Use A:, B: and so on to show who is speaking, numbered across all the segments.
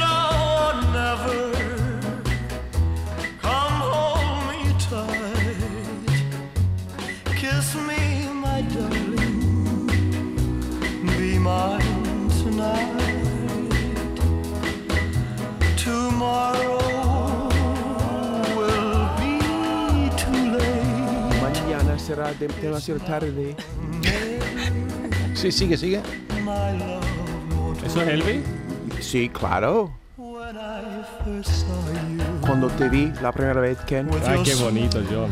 A: now or never. Come hold me tight. Kiss me, my darling. Be mine tonight. Tomorrow will be too late.
B: Mañana será de- demasiado tarde.
C: Sí, sigue, sigue.
A: My love,
D: ¿Eso es Elvis?
B: Sí, claro.
A: when I first saw you.
B: Cuando te vi la primera vez, Ken,
A: With
D: Ay,
A: your
D: qué bonito, John.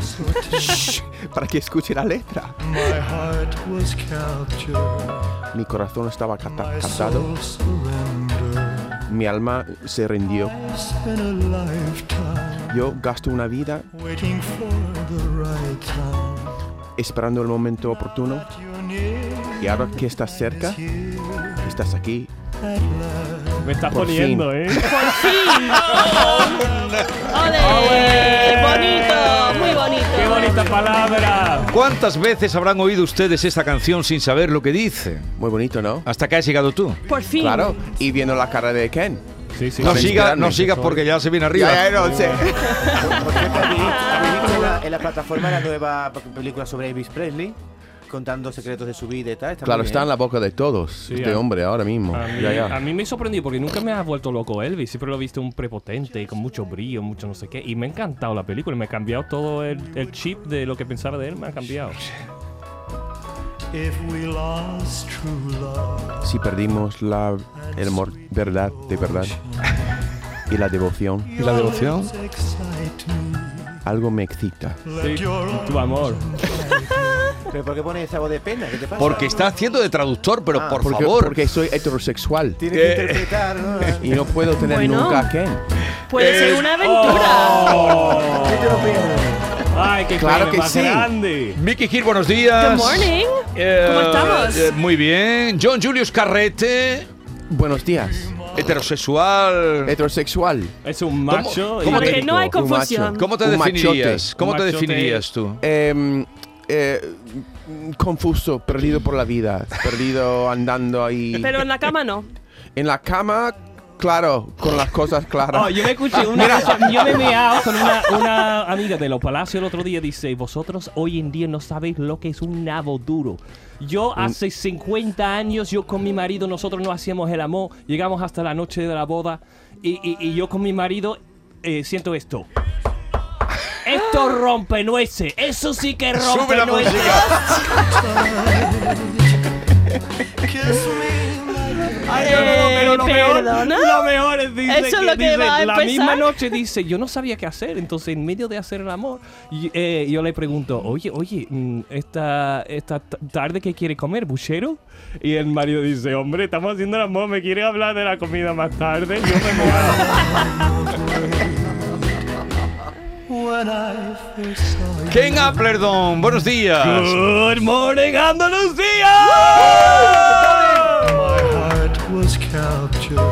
B: para que escuche la letra.
A: My heart was captured,
B: Mi corazón estaba cata-
A: my
B: captado,
A: soul surrendered.
B: mi alma se rindió.
A: I spent a lifetime
B: Yo gasto una vida
A: waiting for the right time.
B: esperando el momento oportuno
A: But you're near,
B: y ahora que estás cerca,
A: here
B: estás aquí.
A: at last.
D: Me estás
B: Por
D: poniendo, ¿eh?
E: ¡Ole! ¡Bonito! ¡Muy bonito!
D: ¡Qué bonita palabra!
C: ¿Cuántas veces habrán oído ustedes esta canción sin saber lo que dice?
B: Muy bonito, ¿no?
C: Hasta que has llegado tú.
E: Por fin.
B: Claro. Y viendo la cara de Ken.
D: Sí, sí.
C: No
B: sí.
C: sigas,
B: inspirarme.
C: no sigas porque ya se viene arriba.
B: Ya, ya, no sé.
F: Por cierto, ¿habéis habéis visto en la, en la plataforma la nueva p- película sobre Elvis Presley? Contando secretos de su vida y tal. Está
B: Claro,
F: muy
B: está en
F: bien.
B: la boca de todos, este
D: a-
B: hombre ahora mismo.
D: A mí,
B: Ya, ya.
D: a mí me sorprendió porque nunca me has vuelto loco Elvis. Siempre lo he visto un prepotente y con mucho brillo, mucho no sé qué. Y me ha encantado la película. Me ha cambiado todo el, el chip de lo que pensaba de él. Me ha cambiado.
A: If we lost true love,
B: Si perdimos la el amor, verdad, de verdad, y la devoción,
C: ¿Y la devoción?
A: excite me.
B: algo me excita.
A: Let
D: Sí,
A: your arms
D: tu amor.
F: ¿Pero por qué pones esa voz de pena? ¿Qué te pasa?
C: Porque está haciendo de traductor, pero por
B: Ah, porque,
C: favor.
B: Porque soy heterosexual Eh.
F: Tienes que interpretar, ¿no?
B: y no puedo tener
E: Bueno.
B: nunca a Ken.
E: Puede ser una aventura.
F: ¿Qué te lo pierdes?
D: ¡Oh! ¡Ay, qué
B: Claro
D: pene
B: que
D: más
B: sí.
D: grande!
C: Vicky Gil, buenos días.
E: Good morning.
C: Eh,
E: ¿Cómo estamos?
C: eh, muy bien. John Julius Carrete,
B: Buenos días.
C: heterosexual.
B: Eh, Heterosexual.
D: Es un macho.
C: cómo
D: y-
C: te-
E: Porque no hay
B: Un macho.
E: confusión.
C: ¿Cómo te
B: Un
C: definirías?
B: machote.
C: ¿Cómo
D: Un
C: te
D: machote.
C: definirías tú?
B: Em, eh, confuso, perdido por la vida, perdido andando ahí.
E: Pero en la cama no.
B: en la cama, claro, con las cosas claras.
D: Oh, yo me escuché una cosa- yo me he meado con una, una amiga de los palacios el otro día. Dice, vosotros hoy en día no sabéis lo que es un nabo duro. Yo hace 50 años, yo con mi marido, nosotros no hacíamos el amor. Llegamos hasta la noche de la boda y, y- y yo con mi marido eh, siento esto. Esto rompe nueces. Eso sí que rompe
C: la
D: nueces.
A: kiss me, my
D: Ay, no, no, no, pero lo
E: Eh,
D: peor,
E: perdona.
D: lo peor es dice
E: Eso es lo que
D: dice,
E: va a
D: la misma
E: empezar.
D: noche dice, yo no sabía qué hacer, entonces en medio de hacer el amor, y, eh, yo le pregunto, oye, oye, mm, esta, esta t- tarde qué quiere comer, buchero? Y el marido dice, hombre, estamos haciendo el amor, me quiere hablar de la comida más tarde, yo me muero.
A: when I first saw you.
C: Ken Applerdon, buenos días.
B: Ah,
D: Good morning,
A: My
D: Andalucía.
A: heart was captured.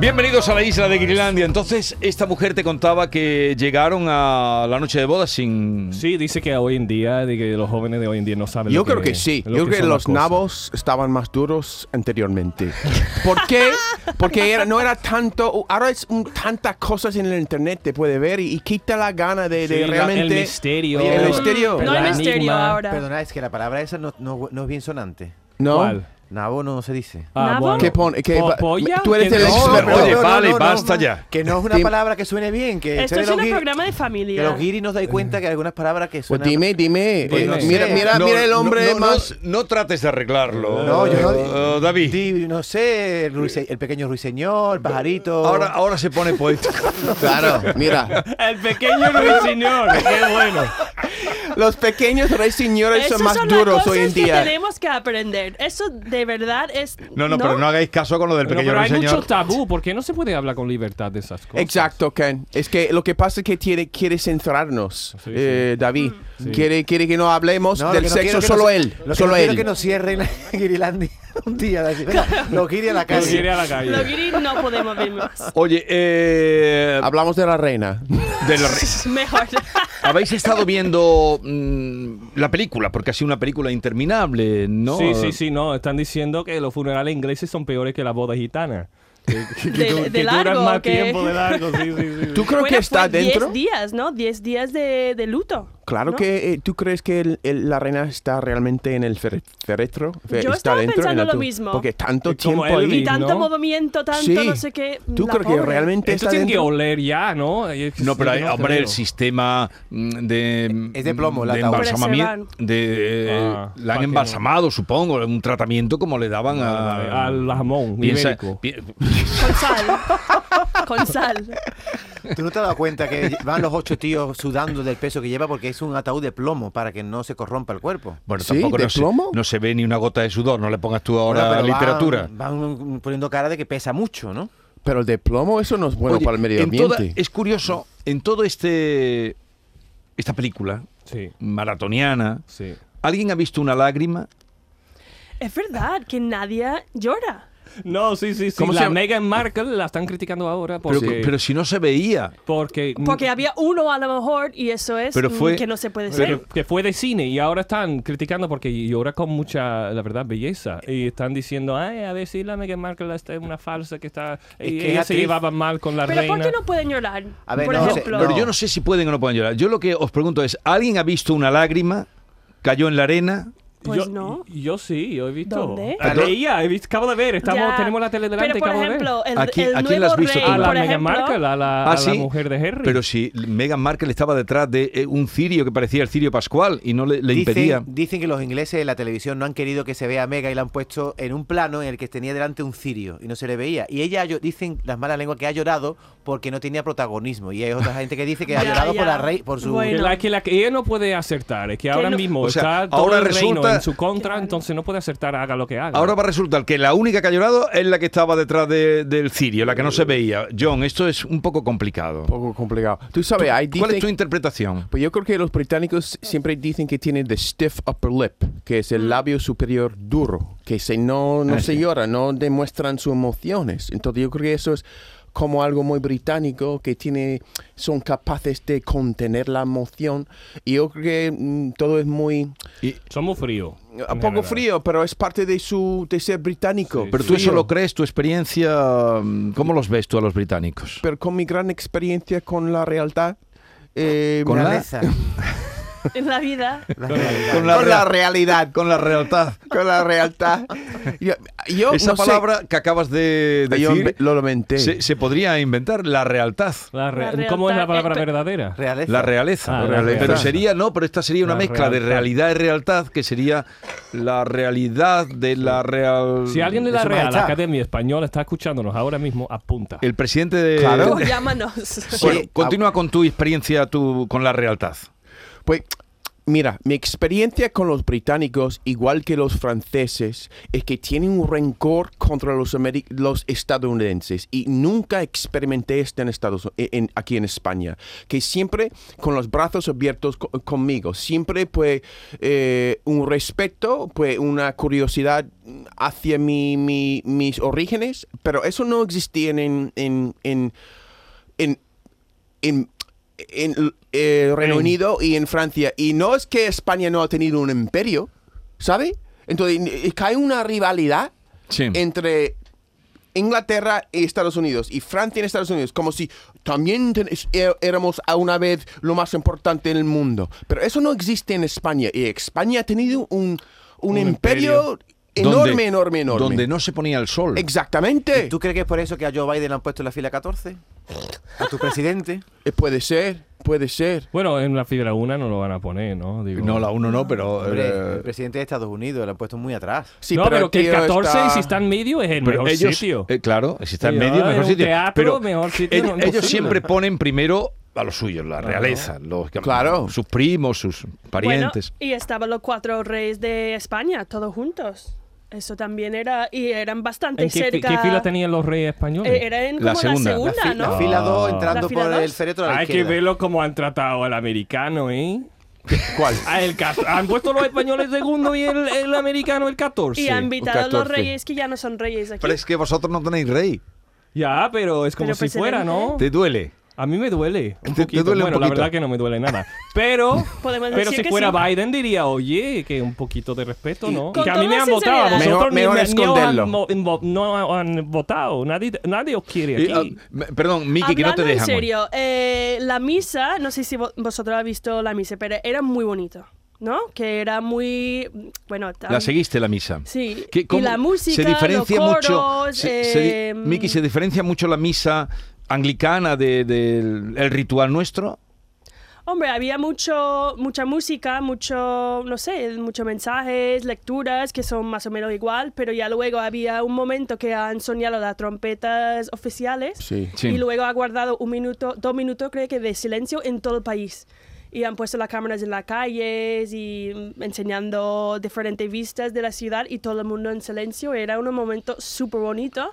C: Bienvenidos a la isla de Grilandia. Entonces, esta mujer te contaba que llegaron a la noche de boda sin.
D: Sí, dice que hoy en día, de que los jóvenes de hoy en día no saben
B: Yo
D: lo
B: creo que sí.
D: lo
B: Yo creo que
D: son las
B: los
D: cosas.
B: nabos estaban más duros anteriormente. ¿Por qué? Porque era- no era tanto. Ahora es un, tantas cosas en el internet te puede ver y, y quita la gana de, de
D: Sí, la-
B: realmente.
D: el misterio.
B: Oye, el misterio.
E: No hay
D: El
E: misterio
D: enigma.
E: ahora.
F: Perdona, es que la palabra esa no, no- no es bien sonante.
B: No.
D: ¿Cuál? Ah,
F: Nabo no se dice.
E: ¿Nabo?
B: ¿Qué pon- qué
D: ¿Po-
B: va-
D: polla?
B: tú eres
D: ¿Qué
B: el
D: no?
B: experto.
C: pero- Oye, vale, basta ya.
F: Que no es una
B: Dime-
F: palabra que suene bien. Que
E: Esto es
F: los
E: un
F: guiri-
E: programa de
F: Que
E: familia.
F: los guiris nos dais cuenta que hay algunas palabras que
B: Pues
F: suenan.
B: dime, dime.
F: Pues
B: Eh,
F: no sé.
B: mira, mira,
C: No,
B: mira el hombre
C: no, no,
B: más.
C: No, no trates de arreglarlo.
F: No, yo no-
C: Eh, David.
F: Di- no sé, el, ruise- el pequeño ruiseñor, el pajarito.
C: Ahora, ahora se pone pues- poético.
B: Claro, mira.
D: El pequeño ruiseñor, qué bueno.
B: Los pequeños rey señores
E: Esas
B: son más
E: son las
B: duros
E: cosas
B: hoy en
E: que
B: día.
E: tenemos que aprender. Eso de verdad es.
G: No, no, pero no hagáis caso con lo del
D: Pero,
G: pequeño
D: pero hay
G: ruiseñor.
D: mucho tabú, porque no se puede hablar con libertad de esas cosas.
B: Exacto, Ken. Es que lo que pasa es que tiene, quiere centrarnos,
D: Sí,
B: eh, David.
E: Mm.
B: Quiere, quiere que no hablemos
F: No, lo
B: del
F: que no
B: sexo
F: quiero que
B: solo
F: nos-
B: él.
F: Lo que
B: solo
F: no quiero
B: él.
F: que nos cierren Guirilandia un día. así. Venga, Lo gire a la
D: Lo
F: calle.
D: quiere a la calle.
E: Lo gris no podemos ver más.
C: Oye, eh,
B: Hablamos de la reina.
C: de la re-
E: Mejor.
C: habéis estado viendo mm, la película, porque ha sido una película interminable, ¿no?
D: Sí, sí, sí, no. Están diciendo que los funerales ingleses son peores que las bodas gitanas. Que, que-
E: De-
D: que
E: de
D: du- que
E: largo,
D: duran más
E: ¿o qué?
D: tiempo de largo, sí, sí, sí.
B: ¿Tú crees
E: Bueno, pues,
B: que está
E: fue
B: dentro?
E: 10 días, ¿no? 10 días de, de luto.
B: Claro
E: ¿no?
B: que eh, tú crees que el- el- la reina está realmente en el fer- féretro. fe-
E: Yo
B: está
E: estaba
B: dentro, en
E: pensando
B: la
E: lo
B: tumba.
E: mismo.
B: Porque tanto
D: Y como
B: tiempo ahí.
E: Y
D: Elvis,
E: tanto
D: ¿no?
E: movimiento, tanto
B: Sí.
E: no sé qué.
B: ¿Tú
E: la
B: crees que
E: pobre.
B: realmente
D: Esto
B: está
D: tiene que
B: dentro?
D: oler ya, ¿no?
C: No, pero hay- hombre, el
D: sí.
C: sistema mm, de,
F: Es de plomo, el
C: de
F: ataúd.
C: embalsamamiento.
E: Preservan.
C: De, eh,
D: Ah,
C: la han
D: pa' que
C: embalsamado, supongo, un tratamiento como le daban a,
D: Al jamón
C: Piensa-
D: ibérico.
C: pi-
E: Con sal. Con sal.
F: ¿Tú no te has dado cuenta que van los ocho tíos sudando del peso que lleva porque es un ataúd de plomo para que no se corrompa el cuerpo?
C: Bueno,
B: Sí,
C: tampoco
B: ¿de
C: no se,
B: plomo?
C: no se ve ni una gota de sudor, no le pongas tú
F: Bueno,
C: ahora
F: pero van-
C: literatura.
F: Van poniendo cara de que pesa mucho, ¿no?
B: Pero el de plomo, eso no es bueno
C: Oye,
B: para el medio
C: en toda-
B: ambiente.
C: es curioso, en todo este esta película
D: Sí,
C: maratoniana,
D: sí.
C: ¿alguien ha visto una lágrima?
E: Es verdad que nadie llora.
D: No, sí, sí, sí.
B: ¿Cómo se
D: la
B: llama?
D: Meghan Markle la están criticando ahora
C: Pero,
D: porque...
C: pero si no se veía.
D: porque,
E: Porque había uno a lo mejor y eso es
C: Mm. Pero
E: mm,
C: fue-
E: que no se puede
D: pero
E: ser.
D: que fue de cine y ahora están criticando porque llora con mucha, la verdad, belleza. Y están diciendo, ay, a ver si la Meghan Markle esta es una falsa que está...
F: Es
D: y
F: que es
D: ella se
F: actriz.
D: llevaba mal con la
E: Pero
D: reina.
E: ¿por qué no pueden llorar?
F: A ver,
E: Por
F: no,
E: ejemplo.
C: Pero yo no sé si pueden o no pueden llorar. Yo lo que os pregunto es, ¿alguien ha visto una lágrima? ¿Cayó en la arena?
E: Pues
D: yo,
E: no.
D: Yo sí, yo he visto.
E: ¿Dónde?
D: Ah, Leía, he visto, acabo de ver, estamos,
E: Ya.
D: tenemos la tele delante,
E: Pero por
D: acabo
E: ejemplo, el,
C: ¿A quién-
E: el
C: a
E: nuevo
C: quién la has visto
D: de
E: rey,
D: ver. A la
E: por
D: Meghan
E: ejemplo,
D: Markle, a la,
C: Ah,
D: a la
C: sí.
D: mujer de Harry.
C: Pero si Meghan Markle estaba detrás de eh, un cirio que parecía el cirio pascual y no le, le impedía.
F: Dicen, dicen que los ingleses en la televisión no han querido que se vea a Mega y la han puesto en un plano en el que tenía delante un cirio y no se le veía. Y ella, llo- dicen las malas lenguas, que ha llorado porque no tenía protagonismo. Y hay otra gente que dice que ha
E: Ya,
F: llorado
E: ya.
F: por la rey, por su...
D: Que
E: Bueno.
D: la, que la que ella no puede acertar, es que ahora
E: no-
D: mismo
C: O sea,
D: está todo
C: ahora
D: el reino
C: resulta-
D: en su contra, entonces no puede acertar, haga lo que haga.
C: Ahora va a resultar que la única que ha llorado es la que estaba detrás de- del cirio, la que no se veía. John, esto es un poco complicado.
B: Un poco complicado. Tú sabes, hay
C: ¿Cuál es
B: dicen-
C: tu interpretación?
B: Pues yo creo que los británicos siempre dicen que tienen the stiff upper lip, que es el labio superior duro, que se no, no
C: Ah,
B: se
C: sí.
B: llora, no demuestran sus emociones. Entonces yo creo que eso es como algo muy británico que tiene son capaces de contener la emoción y yo creo que mm, todo es muy
D: Somos frío.
B: eh,
D: en
B: un poco
D: general.
B: frío pero es parte de su de ser británico
D: Sí,
C: Pero tú
B: Frío.
C: eso lo crees, tu experiencia, mm, ¿cómo los ves tú a los británicos?
B: pero con mi gran experiencia con la realidad eh,
C: Con
F: la
C: la-
F: reza.
E: en la vida.
F: La realidad.
C: Con la
B: con la realidad
C: Con la realidad.
B: con la realidad yo, yo Oh,
C: Esa
B: no sé.
C: palabra que acabas de
B: Yo
C: decir
B: lo lamenté.
C: se, se podría inventar, la realidad.
D: La re-
E: La
D: ¿Cómo es la
E: realidad-
D: palabra
E: eh,
D: verdadera?
F: Realeza.
C: La realeza.
D: Ah, la
B: realeza.
C: Pero sería, no, pero esta sería una
D: La
C: mezcla de
D: realidad.
C: realidad y realidad, que sería la realidad de la real.
D: Si alguien de la
F: Eso me
D: Real
F: está.
D: Academia Española está escuchándonos ahora mismo, apunta.
C: El presidente de.
B: Claro. Ah.
E: Tú pues llámanos.
C: Bueno,
F: Sí,
C: continúa con tu experiencia tú, con la realidad.
B: Pues mira, mi experiencia con los británicos, igual que los franceses, es que tienen un rencor contra los, ameri- los estadounidenses. Y nunca experimenté esto en Estados, en- en- aquí en España. Que siempre con los brazos abiertos co- conmigo. Siempre pues eh, un respeto, pues una curiosidad hacia mi- mi- mis orígenes. Pero eso no existía en- en, en, en, en, en, eh, Reino
D: En-
B: Unido y en Francia. Y no es que España no ha tenido un imperio, ¿sabe? Entonces, eh, cae una rivalidad
C: Sí.
B: entre Inglaterra y Estados Unidos y Francia y Estados Unidos, como si también ten- é- éramos a una vez lo más importante del mundo. Pero eso no existe en España y España ha tenido un, un,
D: Un
B: imperio,
C: Donde-
B: enorme, enorme, enorme.
C: Donde no se ponía el sol.
B: Exactamente.
F: ¿Tú crees que es por eso que a Joe Biden le han puesto en la fila 14? ¿A tu presidente?
B: Eh, puede ser, puede ser.
D: Bueno, en la fibra 1 no lo van a poner, ¿no? Digo-
C: No, la uno no, pero.
F: Hombre,
C: eh,
F: el presidente de Estados Unidos le han puesto muy atrás.
B: Sí,
D: No, pero, que el
B: tío
D: 14,
B: está-
D: si está en medio, es el
C: pero
D: mejor
C: ellos,
D: sitio.
C: eh, claro, si está en
D: Sí,
C: medio,
D: ah,
C: mejor
D: un
C: sitio.
D: teatro,
C: pero
D: mejor sitio,
C: el-
D: no,
C: ellos
D: imposible.
C: siempre ponen primero a los suyos, la realeza, los que-
B: Claro.
C: sus primos, sus parientes.
E: Bueno, y estaban los cuatro reyes de España, todos juntos. Eso también era, y eran bastante
D: ¿En qué, fi-
E: cerca.
D: qué fila tenían los reyes españoles?
E: Eh, era en como
C: La
E: la
C: segunda.
E: segunda,
F: La, fi-
E: ¿no?
F: la fila 2 entrando
E: ¿La fila
F: por
E: dos?
F: el féretro a la
D: Hay que
F: izquierda.
D: verlo como han tratado al americano, ¿eh?
B: ¿Cuál?
D: Ah, el cat- han puesto los españoles segundo y el, el americano el 14.
E: Y han invitado a los
B: 14.
E: reyes que ya no son reyes aquí.
G: Pero es que vosotros no tenéis rey.
D: Ya, pero es como
E: Pero
D: si
E: pues el
D: fuera, ¿no?
G: ¿Te duele?
D: A mí me duele un
G: Te- te
D: poquito.
G: duele un
D: bueno, la
G: poquito.
D: verdad que no me duele nada. Pero,
E: Podemos
D: pero
E: decir
D: si
E: que
D: fuera
E: sí.
D: Biden diría, oye, que un poquito de respeto, ¿no?
E: Con
D: que a mí
E: toda
D: me han votado, a
E: sinceridad.
B: Mejor-
D: vosotros ni
B: mejor
D: me- ni os han
B: esconderlo.
D: mo- invo- no han votado. Nadie, nadie os quiere
C: Y, ah,
D: aquí.
C: me- perdón, Miki, que no te
E: Hablando en
C: dejan. hoy.
E: serio, eh, la misa, no sé si vo- vosotros habéis visto la misa, pero era muy bonito, ¿no? Que era muy, bueno, tan-
C: La seguiste la misa.
E: Sí.
C: ¿Qué-
E: y
C: cómo-
E: la música,
C: se diferencia
E: los
C: mucho.
E: coros,
C: Se, se di-
E: eh,
C: Miki, se diferencia mucho la misa anglicana del de, del- el ritual nuestro.
E: Hombre, había mucho, mucha música, mucho, no sé, muchos mensajes, lecturas que son más o menos igual, pero ya luego había un momento que han soñado las trompetas oficiales
B: Sí.
C: Sí.
E: y luego ha guardado un minuto, dos minutos creo que de silencio en todo el país. Y han puesto las cámaras en las calles y mm, enseñando diferentes vistas de la ciudad y todo el mundo en silencio. Era un momento súper bonito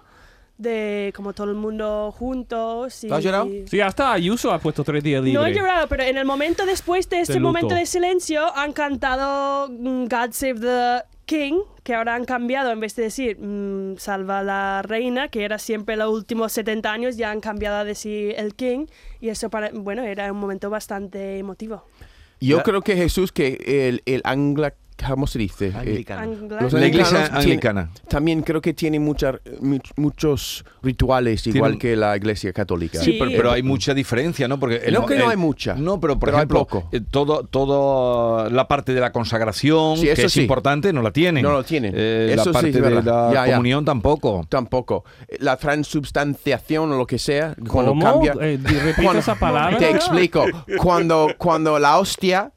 E: de como todo el mundo juntos. Y,
F: ¿Tú has llorado?
D: Sí, hasta Ayuso ha puesto tres días
E: no he
D: libres.
E: llorado, pero en el momento después de ese
D: luto.
E: momento de silencio han cantado mm, God Save the King, que ahora han cambiado, en vez de decir mm, Salva la Reina, que era siempre los últimos 70 años, ya han cambiado a decir el King, y eso para, bueno, era un momento bastante emotivo.
B: Yo
F: Ya.
B: creo que Jesús, que el, el angla... ¿Cómo se dice? Eh,
F: Anglicano.
E: Angla-
B: los
C: La iglesia
B: anglicanos tienen-
C: anglicana.
B: también creo que tiene mucha- mu- muchos rituales, igual
C: Tienen-
B: que la iglesia católica.
E: Sí.
C: Pero, pero hay mucha diferencia, ¿no? Porque el-
B: No que no
C: el-
B: hay mucha,
C: No, pero por
B: pero hay
C: ejemplo,
B: poco.
C: eh, todo, todo la parte de la consagración,
B: Sí, eso
C: que es
B: sí.
C: importante, no la tienen.
B: No lo tienen.
C: Eh,
B: Eso sí
C: la parte
B: es
C: de
B: verdad.
C: la
B: Ya, ya.
C: comunión tampoco.
B: Tampoco. La transubstanciación o lo que sea, cuando
D: ¿Cómo?
B: cambia.
D: Eh, di- repite
B: Cuando-
D: esa palabra.
B: Te explico. Cuando, cuando la hostia,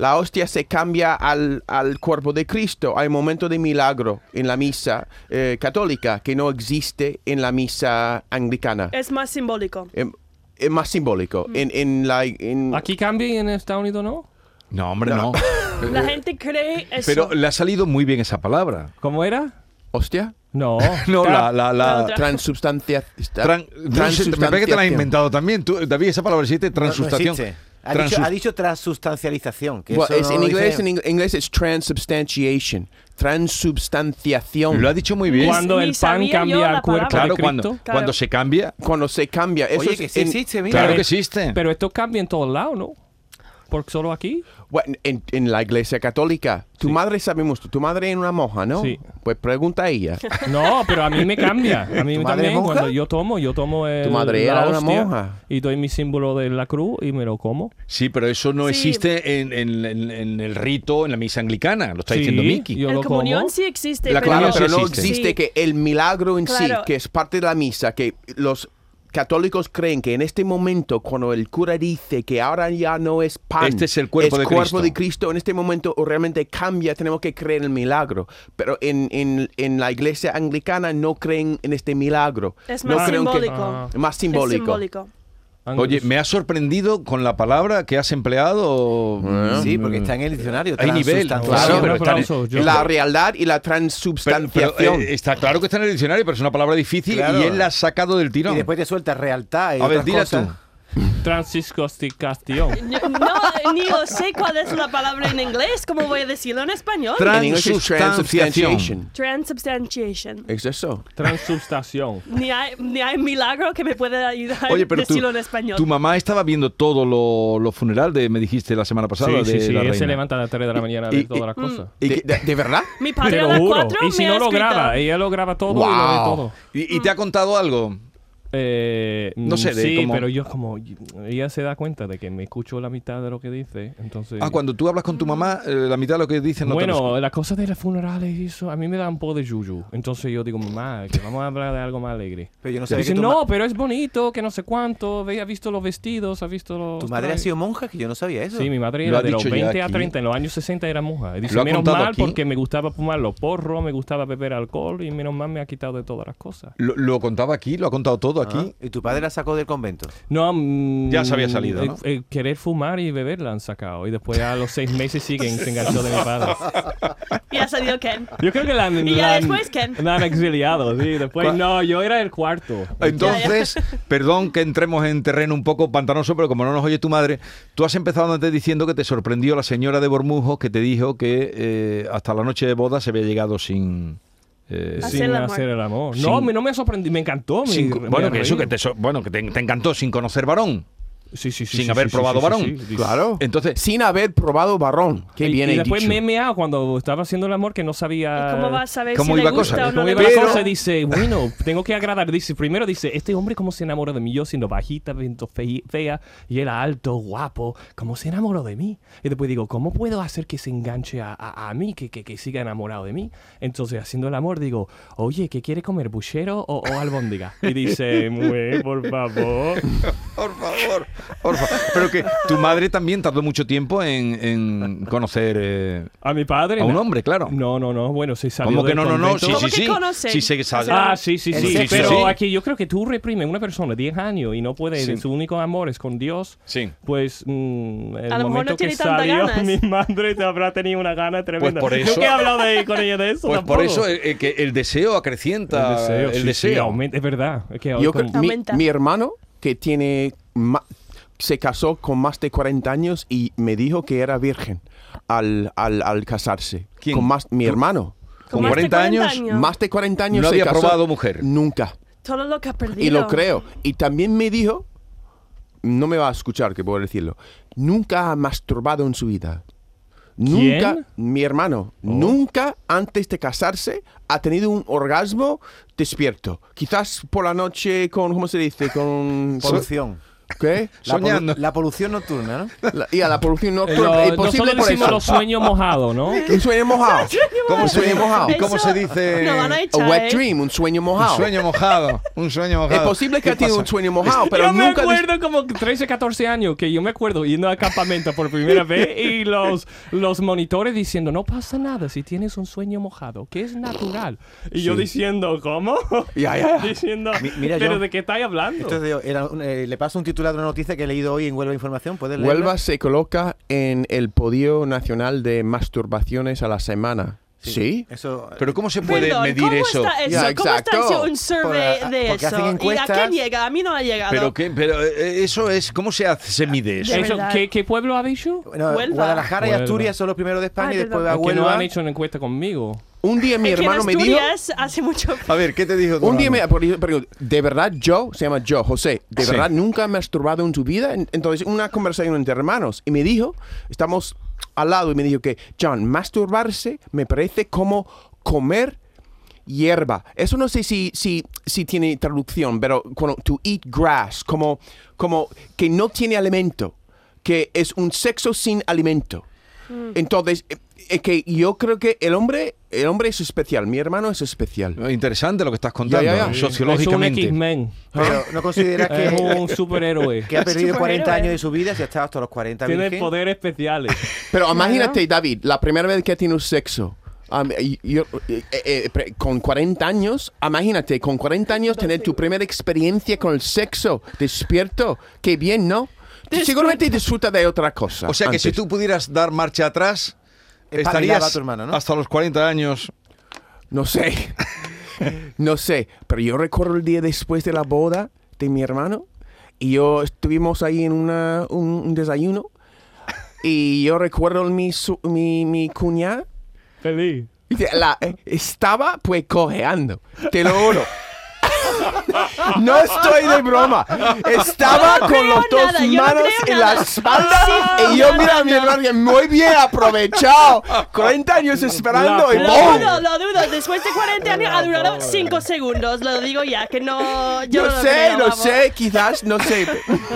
B: la hostia se cambia al, al cuerpo de Cristo. Hay un momento de milagro en la misa eh, católica que no existe en la misa anglicana.
E: Es más simbólico.
B: Em- Es, más simbólico. En, en la, en-
D: Aquí cambia y en Estados Unidos no.
C: No, hombre, no.
B: Eh,
E: La gente cree eso.
C: Pero le ha salido muy bien esa palabra.
D: ¿Cómo era?
B: ¿Hostia?
D: No.
C: No, la, la,
E: La
C: la,
E: otra.
B: Transubstancia.
C: Tran- no sé, me parece que te la has inventado también. Tú, David, esa palabra existe, transustación.
F: No, no existe. ha, dicho,
C: Transus-
F: ha dicho transustancialización. Que
B: Well,
F: eso
B: es-
F: no
B: en
F: dice-
B: inglés, en ing- inglés es transubstantiation. Transubstanciación.
C: Lo ha dicho muy bien.
D: Cuando
E: Ni
D: el pan
E: sabía yo
D: cambia
E: la
D: al cuerpo
E: palabra.
D: de
C: claro,
D: Cristo.
C: cuando, cuando se cambia.
B: Cuando se cambia. Eso
F: Oye,
B: es
F: que sí
B: en-
F: existe, mira.
C: Claro
D: Pero-
C: que existe.
D: Pero esto cambia en todos lados, ¿no? Porque solo aquí.
B: Bueno, en, en la iglesia católica. Tu madre sabemos, tu madre es una moja, ¿no?
D: Sí.
B: Pues pregunta a ella.
D: No, pero a mí me cambia. A mí
F: ¿Tu madre
D: también.
F: monja?
D: Cuando yo tomo, yo tomo el,
B: Tu madre
D: la
B: era una
D: hostia
B: monja.
D: Y doy mi símbolo de la cruz y me lo como.
C: Sí, pero eso no
E: Sí.
C: existe en, en- en- en el rito, en la misa anglicana. Lo está diciendo
D: Sí,
C: Miki.
D: Yo
E: el
D: lo
E: comunión
D: como.
E: sí existe,
B: La
E: pero,
B: claro,
C: comunión
B: pero no
C: existe.
B: existe
E: Sí.
B: que el milagro en sí,
E: Claro.
B: que es parte de la misa, que los católicos creen que en este momento, cuando el cura dice que ahora ya no es pan,
C: Este es el cuerpo de Cristo.
B: de Cristo, en este momento realmente cambia, tenemos que creer en el milagro. Pero en, en- en la iglesia anglicana no creen en este milagro.
E: es
B: No
E: más
B: creen que-
E: simbólico.
D: Ah.
B: Más
E: Es
B: simbólico.
E: simbólico.
C: Oye, me ha sorprendido con la palabra que has empleado.
F: Sí, porque está en el diccionario.
C: Mm. Hay nivel.
F: transustanciación.
B: Claro,
D: Un
B: pero
C: está-
D: aplauso, yo-
B: La realidad y la
C: Pero- pero,
B: transubstanciación.
C: eh, está claro que está en el diccionario, pero es una palabra difícil
F: Claro.
C: y él la ha sacado del tirón.
F: Y después te suelta realtad y
C: A ver,
F: otras
C: dila
F: cosas.
C: tú.
D: Francisco Castión.
E: Yo- No, ni yo sé cuál es la palabra en inglés, ¿cómo voy a decirlo en español?
B: En inglés es
C: Transubstanciación.
B: transubstantiation.
E: Transubstantiation.
B: Es eso.
D: Transubstación.
E: Ni hay, ni hay milagro que me pueda ayudar
C: Oye,
E: a
C: pero tú-
E: decirlo en español.
C: tu mamá estaba viendo todo lo, lo funeral de, me dijiste la semana pasada,
D: Sí,
C: de
D: sí, sí.
C: la
D: Él se
C: reina.
D: levanta a las 3 de la mañana a
C: y-
D: ver todas las cosas.
C: ¿Y
B: ¿De,
C: qué-
B: de- de verdad?
E: Mi
D: Te
E: padre a
D: lo
E: Mm, las
D: juro.
E: 4
D: Y si
E: me
D: no
E: ha
D: lo
E: escrito.
D: graba, eh. ella lo graba todo y lo ve todo.
C: Guau. ¿Y, y te ha contado algo?
D: Eh,
C: No
D: mm,
C: sé, de
D: sí,
C: cómo-
D: pero yo como ella se da cuenta de que me escucho la mitad de lo que dice, entonces
C: Ah, cuando tú hablas con tu mamá, eh, la mitad de lo que dicen no te lo escuchas.
D: Bueno, las cosas de los funerales y eso, a mí me da un poco de yuyu. Entonces yo digo, mamá, que vamos a hablar de algo más alegre.
F: Pero yo no sabía
D: Dice,
F: que tu,
D: no,
F: ma-
D: pero es bonito, que no sé cuánto, ve, ha visto los vestidos, ha visto los...
F: tu madre ha sido monja, que yo no sabía eso.
D: pues, Sí, mi madre
C: Lo
D: era
C: ha
D: de los
C: dicho ya
D: 20 a
C: aquí.
D: 30, en los años 60 era monja. Y dice,
C: Lo ha
D: menos
C: contado
D: mal
C: aquí.
D: porque me gustaba fumar los porros, me gustaba beber alcohol y menos mal me ha quitado de todas las cosas.
C: Lo, lo contaba aquí, lo ha contado todo. todo
D: Ah.
C: aquí.
F: ¿Ah? ¿Y tu padre la sacó del convento?
D: No, mm,
C: Ya se había salido,
D: eh,
C: ¿no?
D: eh, querer fumar y beber la han sacado. Y después a los seis meses siguen se enganchó de mi padre.
E: Y ha salido Ken.
D: Yo creo que la han,
E: Y ya
D: la han-
E: después, ¿quién?
D: la han exiliado, sí. Después, no, yo era el cuarto.
C: Entonces, perdón que entremos en terreno un poco pantanoso, pero como no nos oye tu madre, tú has empezado antes diciendo que te sorprendió la señora de Bormujos que te dijo que eh, hasta la noche de boda se había llegado sin... eh,
E: Hacer
D: Sin
E: el amor.
D: hacer el amor.
C: Sin-
D: No, me- no me sorprendí, me encantó. me-
C: sin-
D: me
C: bueno, que eso
D: reí.
C: que te, so- bueno, que te, te encantó sin conocer varón.
D: Sí, sí, sí,
C: sin
D: sí,
C: haber
D: sí, sí,
C: probado
D: sí,
C: varón.
D: sí, sí.
B: Claro.
C: Entonces,
B: Sin haber probado varón. Qué
D: Y-
B: bien
D: y
B: he
D: después
B: dicho.
D: me he meado cuando estaba haciendo el amor que no sabía.
E: ¿Y cómo vas a saber
C: ¿Cómo
E: si
C: iba
E: le
C: la
E: gusta
C: cosa?
E: o no
D: Como
E: le
D: iba la
E: gusta?
D: cosa, dice, bueno, tengo que agradar. Dice, primero dice, este hombre cómo se enamoró de mí. Yo siendo bajita, viento fe- fea, y él alto, guapo, ¿cómo se enamoró de mí? Y después digo, ¿cómo puedo hacer que se enganche a, a- a mí, que, que, que siga enamorado de mí? Entonces, haciendo el amor, digo, oye, ¿qué quiere comer, buchero o, o albóndiga? Y dice, "Mue, por favor.
C: por favor, por favor. Pero que tu madre también tardó mucho tiempo en, en conocer eh,
D: A mi padre.
C: a un
D: na-
C: hombre, claro.
D: No, no, no, bueno, se salió
C: ¿Cómo que
D: del
C: no, no, no?
D: convento.
C: Sí,
E: ¿Cómo
C: sí,
E: que
C: sí.
E: conocen?
C: Sí, se sal-
D: Ah, sí, sí,
F: El
D: sí.
F: sexo.
D: pero
C: Sí.
D: aquí yo creo que tú reprimes una persona 10 años y no puede,
C: Sí.
D: su único amor es con Dios.
C: Sí.
D: Pues mm, el
E: A lo mejor no
D: momento que
E: tiene tanta
D: salió,
E: ganas.
D: mi madre te habrá tenido una gana
C: Pues
D: tremenda.
C: por eso-
D: Nunca he hablado de, con ella de eso.
C: Pues por
D: tampoco.
C: eso eh, que el deseo acrecienta
D: el
C: el deseo.
D: deseo, sí, sí, aumenta, es verdad. Es que
B: Yo
D: como-
B: creo- mi,
E: Aumenta.
B: mi hermano, que tiene ma- se casó con más de 40 años y me dijo que era virgen al, al, al casarse.
C: ¿Quién?
B: Con más, mi hermano.
C: Con
E: más de
C: 40 años,
B: Más de 40 años
C: No
B: se
C: había
B: casó.
C: probado mujer.
B: Nunca.
E: Todo lo que ha perdido.
B: Y lo creo. Y también me dijo, no me va a escuchar, que puedo decirlo, nunca ha masturbado en su vida. Nunca, mi hermano, nunca antes de casarse ha tenido un orgasmo despierto. Quizás por la noche con, ¿cómo se dice? Con...
F: Polución.
B: ¿Qué?
F: La, polu-
C: Soñando.
F: la polución nocturna, ¿no?
B: La- y a la polución
D: eh,
B: nocturna.
D: lo-
B: es posible
D: nosotros
B: por
D: decimos
B: eso.
D: los sueños mojados, ¿no?
B: Un sueño mojado.
C: ¿Cómo
B: Un
C: se
B: sueño mojado.
C: ¿Y cómo
E: Eso
C: se dice?
E: nos van a
B: A
E: echar,
B: wet
E: ¿eh?
B: dream, un sueño
C: Un
B: mojado.
C: sueño mojado. Un sueño
B: Es
C: mojado.
B: posible que
C: ¿Qué
B: ha tenido
C: pasa?
B: un sueño mojado, pero
D: yo
B: nunca...
D: me acuerdo como 13, 14 años que yo me acuerdo yendo a campamento por primera vez y los, los monitores diciendo, no pasa nada si tienes un sueño mojado, que es natural. Y yo diciendo, ¿cómo?
B: Ya, ya, ya.
D: diciendo,
F: Mi- mira,
D: ¿pero
F: yo-
D: de qué estáis hablando?
F: Esto es de- era un- eh, le paso un titular de una noticia que he leído hoy en Huelva Información. ¿Puedes leerla?
B: Huelva se coloca en el podio nacional de masturbaciones a la semana. Sí.
F: Eso.
C: Pero ¿cómo se puede
E: Perdón,
C: medir
E: ¿cómo
C: eso?
E: está eso?
B: Ya,
E: ¿Cómo está
B: exacto.
E: haciendo un survey
F: Por-
E: de
F: porque
E: eso?
F: hacen
E: ¿Y a
F: encuestas.
E: quién llega? A mí no ha llegado.
C: Pero, qué, pero eh, eso es, ¿cómo se, hace, se mide eso?
E: de
D: Eso,
E: verdad.
D: ¿qué, qué pueblo ha dicho?
F: bueno,
E: Huelva.
F: Guadalajara y
D: Huelva.
F: Asturias son los primeros de España
E: Ah,
F: y después
E: verdad.
F: va
D: Es que no
F: Huelva.
D: han hecho una encuesta conmigo.
B: Un día mi
E: Es que en
B: hermano me dijo.
E: Asturias hace mucho
C: A ver, ¿qué te dijo tu
B: Un día
C: hermano?
B: me por ejemplo, pregunto, de verdad yo, se llama yo, José, de
C: Sí.
B: verdad nunca he masturbado en tu vida. En- Entonces, una conversación entre hermanos y me dijo, estamos al lado y me dijo que, John, masturbarse me parece como comer hierba. Eso no sé si, si, si tiene traducción, pero cuando to eat grass, como, como que no tiene alimento, que es un sexo sin alimento. Entonces, eh, es que yo creo que el hombre, el hombre es especial, mi hermano es especial.
C: Interesante lo que estás contando,
B: Ya, ya, ya.
C: ¿no?
D: Es un
C: sociológicamente.
D: X-Men.
F: Pero no consideras
D: Es
F: que,
D: un superhéroe.
F: que ha perdido
E: Superhéroe.
F: 40 años de su vida si ha estado hasta los 40
D: Tiene
F: virgen?
D: poderes especiales.
B: Pero imagínate, David, la primera vez que tienes sexo. um, y- yo- eh, eh, pre- con 40 años, imagínate, con 40 años tener tu primera experiencia con el sexo despierto. Qué bien, ¿no? Seguramente disfruta de otra cosa.
C: O sea que si
B: antes.
C: tú pudieras dar marcha atrás,
F: Espabilaba
C: estarías
F: a tu hermano, ¿no?
C: hasta los 40 años.
B: No sé. no sé. Pero yo recuerdo el día después de la boda de mi hermano. Y yo estuvimos ahí en una, un, un desayuno. Y yo recuerdo mi, su- mi, mi cuñada
D: Feliz.
B: Dice, La, eh, estaba pues cojeando, te lo juro. No estoy de broma. Estaba
E: Yo no
B: con
E: creo
B: los dos
E: nada, yo no
B: manos
E: creo
B: en
E: nada.
B: la espalda y yo mira a mi hermano que muy bien aprovechado. 40 años esperando y
D: La
E: Lo
B: ¡boom!
E: dudo, lo dudo. Después de 40 años ha durado 5 segundos. Lo digo ya, que no. Yo
B: No
E: no lo
B: sé,
E: creo,
B: no
E: vamos.
B: sé, quizás, no sé.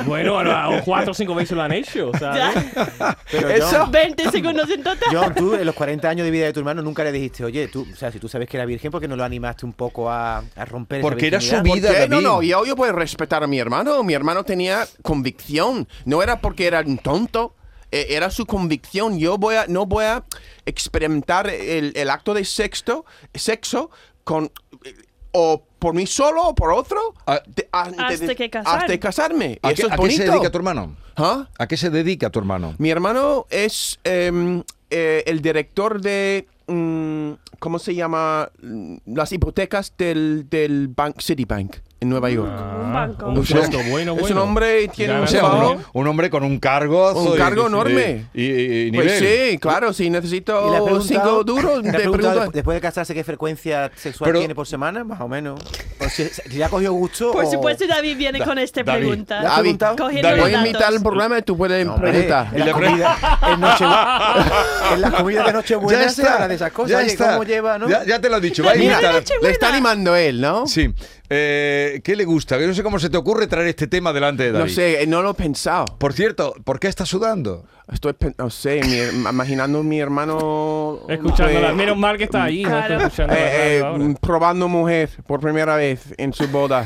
D: Bueno, a lo- cuatro o cinco veces lo han hecho. ¿sabes?
E: Ya,
F: Pero John,
B: Eso.
E: 20 segundos en total.
F: John, tú en los 40 años de vida de tu hermano nunca le dijiste, oye, tú, o sea, si tú sabes que era virgen, ¿por qué no lo animaste un poco a, a romper esa
C: Porque era su
F: virginidad?
B: ¿Por
C: vida,
B: qué? No,
C: David.
B: no, yo, yo puedo respetar a mi hermano. Mi hermano tenía convicción. No era porque era un tonto. e- Era su convicción. Yo voy a, no voy a experimentar el, el acto de sexto, sexo con... e-, o por mí solo o por otro.
C: Ah,
B: de- an- de-
E: Hasta
B: de-
E: que casar.
B: Hasta casarme.
C: ¿A,
B: Y eso es
C: qué, a qué se
B: bonito.
C: dedica tu hermano?
B: ¿Ah?
C: ¿A qué se dedica tu hermano?
B: Mi hermano es em, eh, el director de. mm, ¿Cómo se llama? Mm, Las hipotecas del, del Bank Citibank en Nueva York.
C: Ah.
E: Un banco.
D: Un
B: Es ah, un-
D: puesto bueno,
B: Es un
D: bueno.
B: hombre y tiene
D: Gana
B: un
C: O sea,
D: Claro.
B: trabajo.
C: un, un hombre con un cargo.
B: Un
C: soy-
B: cargo
C: de-
B: enorme.
C: Y, y- y nivel.
B: Pues sí, claro, si
F: ¿Y le has
B: necesito
F: preguntado-
B: cinco duros,
F: le has
B: te
F: preguntado
B: pregunto-
F: desp- después de casarse qué frecuencia sexual
C: Pero-
F: tiene por semana, más o menos. O si, si le ha cogido gusto.
E: Por
F: o-
E: supuesto, David viene con esta
C: David,
E: pregunta.
F: ¿Le has
B: David,
F: preguntado?
E: Cogiendo
B: Voy
E: los
B: a invitar el
E: datos.
B: programa y tú puedes
F: No, hombre,
B: preguntar.
F: En la comida, en Nochebuena, en la comida de Nochebuena se habla de esas cosas.
C: ya
F: Oye,
C: está.
F: ¿Cómo lleva, no?
C: Ya, ya te lo he dicho. Va a
E: Mira,
C: imitar-
E: Nochebuena.
B: Le está animando él, ¿no?
C: Sí. Eh, ¿Qué le gusta? Que No sé cómo se te ocurre traer este tema delante de David.
B: No sé, eh, no lo he pensado.
C: Por cierto, ¿por qué estás sudando?
B: Estoy, pen- no sé, mi her- imaginando a mi hermano...
D: Escuchándola.
B: eh,
D: Menos mal que está ahí. ¿no?
E: Claro.
D: Está escuchando la
B: eh, eh,
D: radio ahora.
B: probando mujer por primera vez en su boda.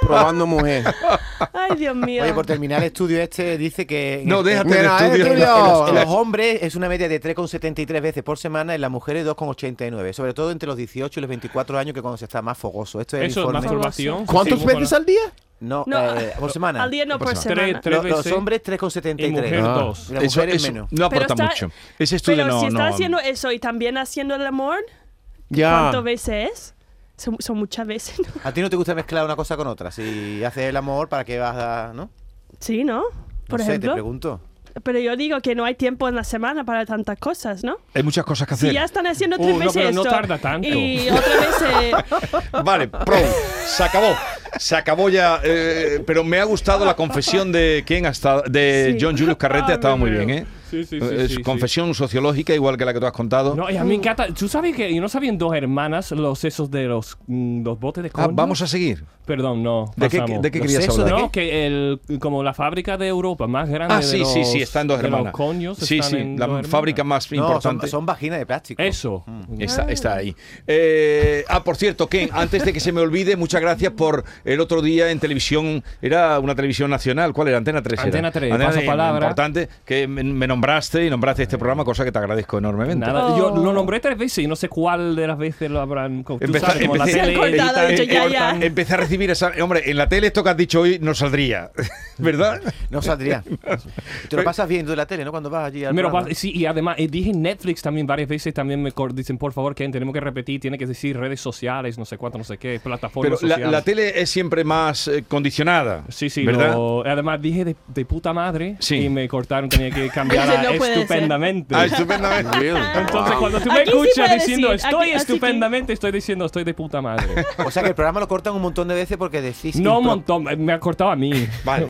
B: probando mujer.
E: Ay, Dios mío.
F: Oye, por terminar el estudio este, dice que. en
C: No,
F: el-
C: déjate
B: Mira,
C: de estudio.
B: eh,
F: En los, en los
B: Dios.
F: hombres es una media de 3,73 veces por semana, en las mujeres 2,89, sobre todo entre los 18 y los 24 años, que cuando se está más fogoso. Esto es el
D: Eso es
F: informe.
D: masturbación.
B: ¿Cuántas
D: Sí,
B: veces al día?
F: No,
E: No,
F: eh, por semana.
E: Al día no por
D: semana.
E: semana.
D: Tres-
F: Lo- los
D: veces.
F: hombres
D: Y
F: 3,73.
D: mujer, dos.
F: Y las
C: Eso-
F: mujeres
C: eso
F: menos.
C: no
E: Pero
C: aporta
E: está-
C: mucho. Ese estudio
E: pero
C: no.
E: si está
C: no-
E: haciendo eso y también haciendo el amor,
B: Ya.
E: ¿cuántas veces es? Son, son muchas veces, ¿no?
F: A ti no te gusta mezclar una cosa con otra. Si haces el amor, ¿para qué vas a.? ¿No?
E: Sí, ¿no? Por
F: no sé, te
E: ejemplo.
F: pregunto.
E: Pero yo digo que no hay tiempo en la semana para tantas cosas, ¿no?
C: Hay muchas cosas que hacer.
E: Si ya están haciendo tres
D: Uh, no,
E: veces
D: pero no
E: esto,
D: tarda tanto.
E: Y otra vez eh,
C: Vale, pro, se acabó. Se acabó ya, eh, pero me ha gustado la confesión de quién ha estado, de
E: Sí.
C: John Julius Carrete, ha
D: Ah,
C: estado
D: me
C: muy
D: veo.
C: bien, ¿eh?
D: Sí, sí, sí,
C: Eh,
D: sí,
C: es
D: sí.
C: confesión sociológica, igual que la que tú has contado.
D: No, y a mí me encanta. ¿Tú sabes que yo no sabían dos hermanas los sesos de los, mm, los botes de
C: Ah,
D: coño?
C: vamos a seguir.
D: Perdón, no.
C: ¿De qué,
D: pasamos.
C: de qué
F: Los
C: querías
F: sexos
C: hablar?
F: de
D: No, que el, como la fábrica de Europa más grande.
C: Ah,
D: de
C: sí, sí,
D: los-
C: sí, están dos
D: de los
C: hermanas.
D: coños
C: sí,
D: están
C: sí,
D: en
C: la
D: dos hermanas.
C: fábrica más Mm.
F: No, son,
C: importante.
F: son vaginas de plástico.
D: Eso.
C: Está, está ahí. Eh, ah, por cierto, Ken, antes de que se me olvide, muchas gracias por el otro día en televisión. Era una televisión nacional, ¿cuál era? Antena 3. era.
D: Antena 3, paso
C: eh,
D: palabra. Eh.
C: Importante que me, me nombraste y nombraste este programa, cosa que te agradezco enormemente.
D: Nada,
E: Oh.
D: yo lo nombré tres veces y no sé cuál de las veces lo habrán. co- tú
C: Empezá-
D: sabes, como la
C: empecé- eh,
D: tele
E: Se han cortado,
D: editan,
E: han dicho, ya, ya.
D: cortan.
C: Empecé a recibir esa. Hombre, en la tele esto que has dicho hoy no saldría, ¿verdad?
F: No saldría. Y Te lo pasas viendo la tele, ¿no? Cuando vas allí al
D: Pero
F: programa.
D: pa- sí, y además eh, dije Netflix también varias veces, también me cor- dicen, por favor, Ken, tenemos que repetir, tiene que decir redes sociales, no sé cuánto, no sé qué,
C: Pero
D: plataformas
C: la,
D: sociales.
C: la tele es siempre más eh, condicionada.
D: Sí, sí,
C: ¿verdad?
D: lo- además dije de, de puta madre
C: Sí.
D: y me cortaron, tenía que cambiar
E: Ese
D: a
E: no puede ser.
D: estupendamente.
C: Ah, estupendamente.
D: Entonces cuando tú me
E: Aquí sí
D: escuchas
E: puede
D: diciendo
E: decir,
D: estoy
E: aquí- así que-
D: estupendamente, estoy diciendo estoy de puta madre.
F: O sea que el programa lo cortan un montón de veces porque decís.
D: no un
F: impro-
D: montón, me ha cortado a mí.
C: Vale.